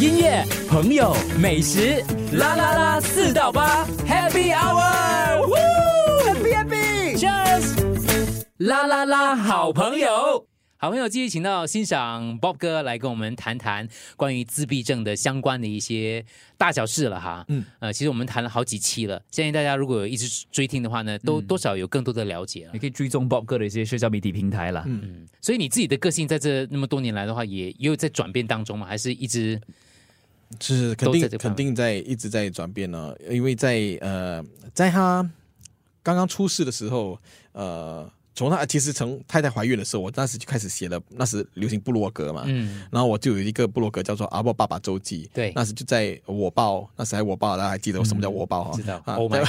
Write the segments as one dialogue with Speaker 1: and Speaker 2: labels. Speaker 1: 音乐、朋友、美食，啦啦啦，四到八，Happy Hour，Happy Happy，Cheers，啦啦啦，好朋友。好朋友继续请到欣赏 Bob 哥来跟我们谈谈关于自闭症的相关的一些大小事了哈。嗯，呃，其实我们谈了好几期了，相信大家如果有一直追听的话呢，都
Speaker 2: 嗯
Speaker 1: 多少有更多的了解了。
Speaker 3: 你可以追踪 Bob 哥的一些社交媒体平台啦。
Speaker 2: 嗯
Speaker 1: 所以你自己的个性在这那么多年来的话，也也有在转变当中嘛，还是一直
Speaker 2: 嗯是肯
Speaker 1: 都在
Speaker 2: 定
Speaker 1: 这个范围
Speaker 2: 肯定在一直在转变呢，因为在呃，在他刚刚出世的时候，呃，从他其实从太太怀孕的时候，我那时就开始写了，那时流行部落格嘛，
Speaker 1: 嗯，
Speaker 2: 然后我就有一个部落格叫做阿豹爸爸周记，
Speaker 1: 对
Speaker 2: 那时就在我报，那时还我报，大家还记得我什么叫我报哈、
Speaker 1: 知道
Speaker 2: 啊
Speaker 1: ？Oh my，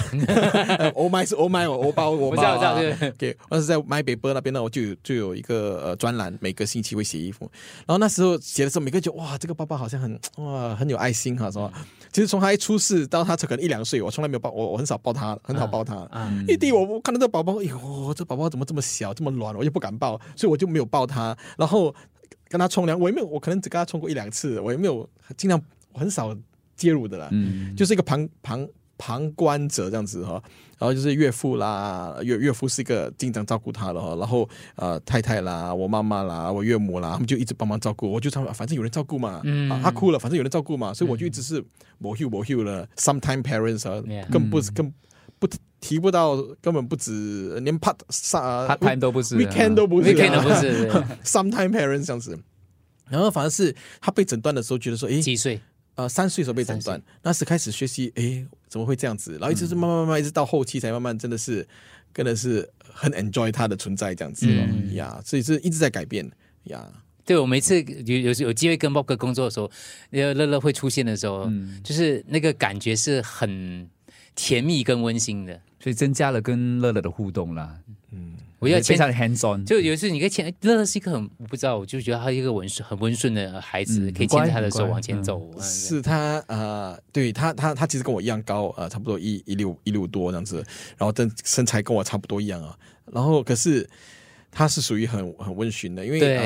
Speaker 2: 呃，Oh my 是 Oh my，我我把我
Speaker 1: 我
Speaker 2: 我
Speaker 1: 知
Speaker 2: 把
Speaker 1: 道我知道对
Speaker 2: OK，我那是在 My Paper 那边呢，我就有就有一个呃专栏，每个星期会写一幅。然后那时候写的时候，每个人觉得哇，这个爸爸好像很哇很有爱心哈、什么。
Speaker 1: 嗯
Speaker 2: 其实从他一出世到他可能一两岁，我从来没有抱我我很少抱他，很少抱他。
Speaker 1: 啊
Speaker 2: 一弟，我我看到这宝宝，哎呦，这宝宝怎么这么小，这么软，我就不敢抱，所以我就没有抱他。然后跟他冲凉，我也没有，我可能只跟他冲过一两次，我也没有尽量我很少介入的啦。
Speaker 3: 嗯，
Speaker 2: 就是一个旁旁旁观者这样子哈、然后就是岳父啦，岳岳父是一个经常照顾他的哈、然后呃太太啦，我妈妈啦，我岳母啦，他们就一直帮忙照顾，我就常啊反正有人照顾嘛，
Speaker 1: 嗯
Speaker 2: 啊他哭了，反正有人照顾嘛，所以我就一直是磨 h 磨 h 了，sometime parents 啊
Speaker 1: Yeah
Speaker 2: 更不更不提不到，根本不止连 part 上、呃
Speaker 3: part time 都不是
Speaker 2: weekend 都不是啊
Speaker 1: weekend 都不是对
Speaker 2: sometime parents 这样子。然后反而是他被诊断的时候，觉得说， 诶，
Speaker 1: 几岁？
Speaker 2: 呃，三岁时候被诊
Speaker 1: 三
Speaker 2: 断，那时开始学习，诶，怎么会这样子？然后一直是慢慢慢慢，一直到后期才慢慢真的是，真的是很 enjoy 他的存在这样子咯
Speaker 1: 嗯
Speaker 2: 呀，所以是一直在改变呀。
Speaker 1: 对我每次有有有机会跟 Bob 哥工作的时候，那个乐乐会出现的时候，
Speaker 2: 嗯
Speaker 1: 就是那个感觉是很甜蜜跟温馨的。
Speaker 3: 所以增加了跟乐乐的互动啦。
Speaker 1: 我要
Speaker 3: 非
Speaker 1: 牵
Speaker 3: 常 hands on，
Speaker 1: 就有一次，你可以牵乐乐是一个很我不知道，我就觉得他是一个温顺、很温顺的孩子，
Speaker 3: 嗯
Speaker 1: 可以牵着
Speaker 3: 很乖
Speaker 1: 他的手
Speaker 3: 很乖
Speaker 1: 往前走。嗯
Speaker 2: 是他呃，对他他他其实跟我一样高，呃，差不多一一六一六多这样子，然后但身材跟我差不多一样啊。然后可是他是属于很很温驯的，因为
Speaker 1: 对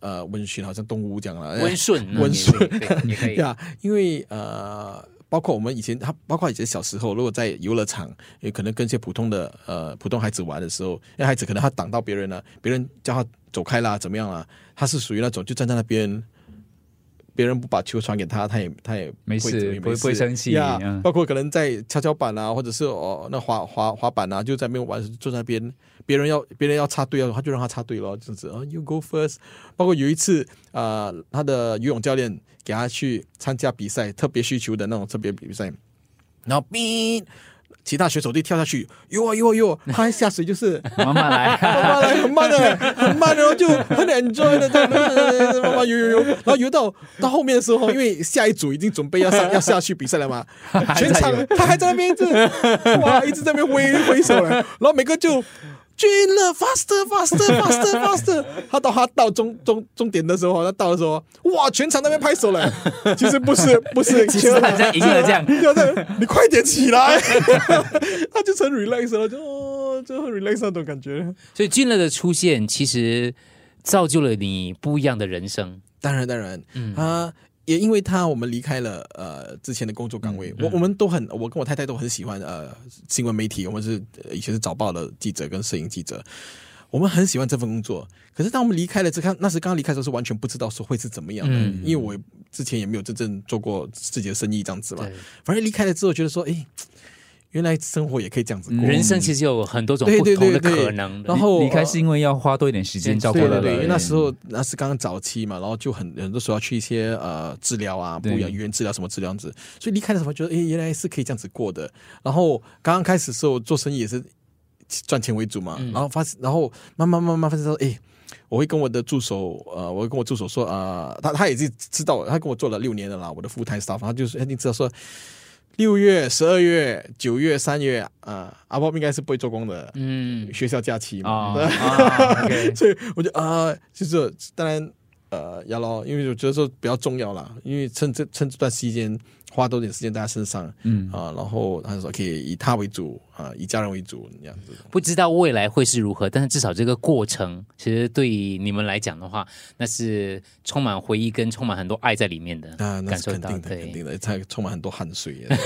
Speaker 2: 呃呃温驯好像动物这样哎了，
Speaker 1: 温顺，嗯
Speaker 2: 温顺
Speaker 1: 也可以也可以。
Speaker 2: 呀因为呃，包括我们以前，他包括以前小时候，如果在游乐场，也可能跟一些普通的呃普通孩子玩的时候，那孩子可能他挡到别人了，别人叫他走开啦，怎么样啦，他是属于那种就站在那边。别人不把球传给他，他也他也
Speaker 3: 没事
Speaker 2: 怎么也
Speaker 3: 不会
Speaker 2: 没
Speaker 3: 不会生气
Speaker 2: 呀
Speaker 3: 嗯
Speaker 2: 包括可能在跷跷板啊，或者是哦那滑滑滑板啊，就在那边玩，坐在那边，别人要别人要插队啊，他就让他插队咯，这样子啊、y o u go first。包括有一次啊、呃他的游泳教练给他去参加比赛，特别需求的那种特别比赛，然后哔，其他选手就跳下去，哟啊哟啊哟啊，他下水就是。
Speaker 3: 慢慢 来。
Speaker 2: 慢慢来，很慢的，很慢的，就很 enjoy 的，在慢慢游游游，然后游到到后面的时候，因为下一组已经准备要上要下去比赛了嘛，全场他还在那边一直哇，一直在那边挥挥手了，然后每个就。军了，faster faster faster faster！他到他到终终终点的时候，他到的时候，哇，全场那边拍手了。其实不是不是，
Speaker 3: 其实好像赢了这样，
Speaker 2: 就在那你快点起来，他就成 relax 了，就哦就很 relax 那种感觉。
Speaker 1: 所以俊乐的出现，其实造就了你不一样的人生。
Speaker 2: 当然，当然，
Speaker 1: 嗯
Speaker 2: 啊，也因为他，我们离开了呃之前的工作岗
Speaker 1: 嗯
Speaker 2: 位，我我们都很，我跟我太太都很喜欢呃新闻媒体，我们是呃以前是早报的记者跟摄影记者，我们很喜欢这份工作。可是当我们离开了这看，那时刚刚离开的时候是完全不知道说会是怎么样的，
Speaker 1: 嗯
Speaker 2: 因为我之前也没有真正做过自己的生意这样子嘛
Speaker 1: 对。
Speaker 2: 反正离开了之后，觉得说，哎，原来生活也可以这样子过。
Speaker 1: 人生其实有很多种
Speaker 2: 对
Speaker 1: 不
Speaker 2: 对
Speaker 1: 同的
Speaker 2: 对对
Speaker 1: 可能的。
Speaker 2: 然后
Speaker 3: 离开是因为要花多一点时间照顾
Speaker 2: 对
Speaker 3: 乐乐，
Speaker 2: 对对，因为那时候那是刚刚早期嘛，然后就很很多时候要去一些呃治疗啊，不
Speaker 3: 对
Speaker 2: 一样语言治疗什么治疗这样子，所以离开的时候觉得，诶，原来是可以这样子过的。然后刚刚开始的时候做生意也是赚钱为主嘛，然后发，然后慢慢慢慢发现说，诶，我会跟我的助手，呃，我会跟我助手说，啊、他他也是知道，他跟我做了六年了啦，我的 full time staff，他就是他一哎定知道说，六月、十二月、九月、三月，啊、阿波应该是不会做工的，
Speaker 1: 嗯，
Speaker 3: 哦
Speaker 2: 学校假期嘛，
Speaker 3: 啊，啊，OK
Speaker 2: 所以我就啊、就是当然呃，要咯，因为我觉得说比较重要啦，因为趁这趁这段期间花多点时间在他身上，嗯啊、然后他就说可以以他为主啊、以家人为主这样子。
Speaker 1: 不知道未来会是如何，但是至少这个过程，其实对于你们来讲的话，那是充满回忆跟充满很多爱在里面的，
Speaker 2: 啊，那
Speaker 1: 感
Speaker 2: 是
Speaker 1: 受
Speaker 2: 肯
Speaker 1: 到
Speaker 2: 定的，肯
Speaker 1: 对，
Speaker 2: 定的，他充满很多汗水。啊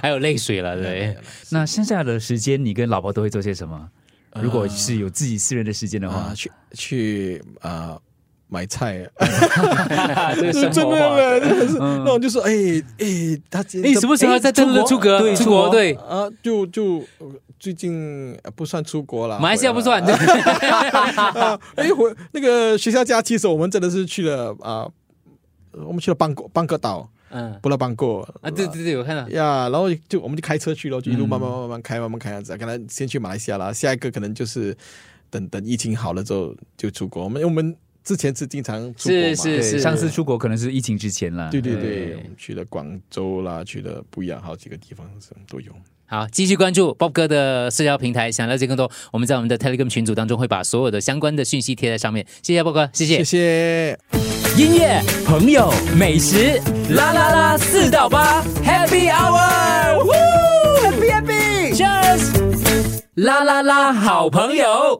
Speaker 1: 还有泪水了， 对。
Speaker 2: 嗯
Speaker 3: 那剩下的时间，你跟老婆都会做些什么？如果是有自己私人的时间的话
Speaker 2: 呃啊，，去去啊、买菜， 哎
Speaker 1: 啊，这个
Speaker 2: 真
Speaker 1: 生活
Speaker 2: 的
Speaker 1: 化。嗯
Speaker 2: 嘞，真的是那种就是哎哎，他今
Speaker 1: 你
Speaker 2: 天
Speaker 1: 什么时候再真的出国？
Speaker 3: 对
Speaker 1: 出
Speaker 3: 出
Speaker 1: 国
Speaker 3: 国
Speaker 1: 对，
Speaker 2: 啊？就就呃最近呃不算出国了，
Speaker 1: 马来西亚不算。
Speaker 2: 回来了。 啊哎，回那个学校假期的时候，我们真的是去了啊、呃我们去了邦国邦哥岛，
Speaker 1: 嗯
Speaker 2: 布拉邦哥
Speaker 1: 啊，对对对，我看到。
Speaker 2: 呀然后就我们就开车去咯，就一路慢慢慢慢开，慢慢开这样子。可能先去马来西亚啦，下一个可能就是等等疫情好了之后就出国。我们我们之前是经常出国嘛，
Speaker 1: 是是
Speaker 3: 对
Speaker 1: 是，
Speaker 3: 上次出国可能是疫情之前啦。
Speaker 2: 对对
Speaker 1: 对
Speaker 2: 对，我们去了广州啦，去了不一样好几个地方都有。
Speaker 1: 好，继续关注 Bob 哥的社交平台，想了解更多，我们在我们的 Telegram 群组当中会把所有的相关的讯息贴在上面。谢谢 Bob 哥，谢谢
Speaker 2: 谢谢。
Speaker 4: 音乐、朋友、美食，啦啦啦，四到八，Happy Hour，Happy Happy，Cheers，啦啦啦，好朋友。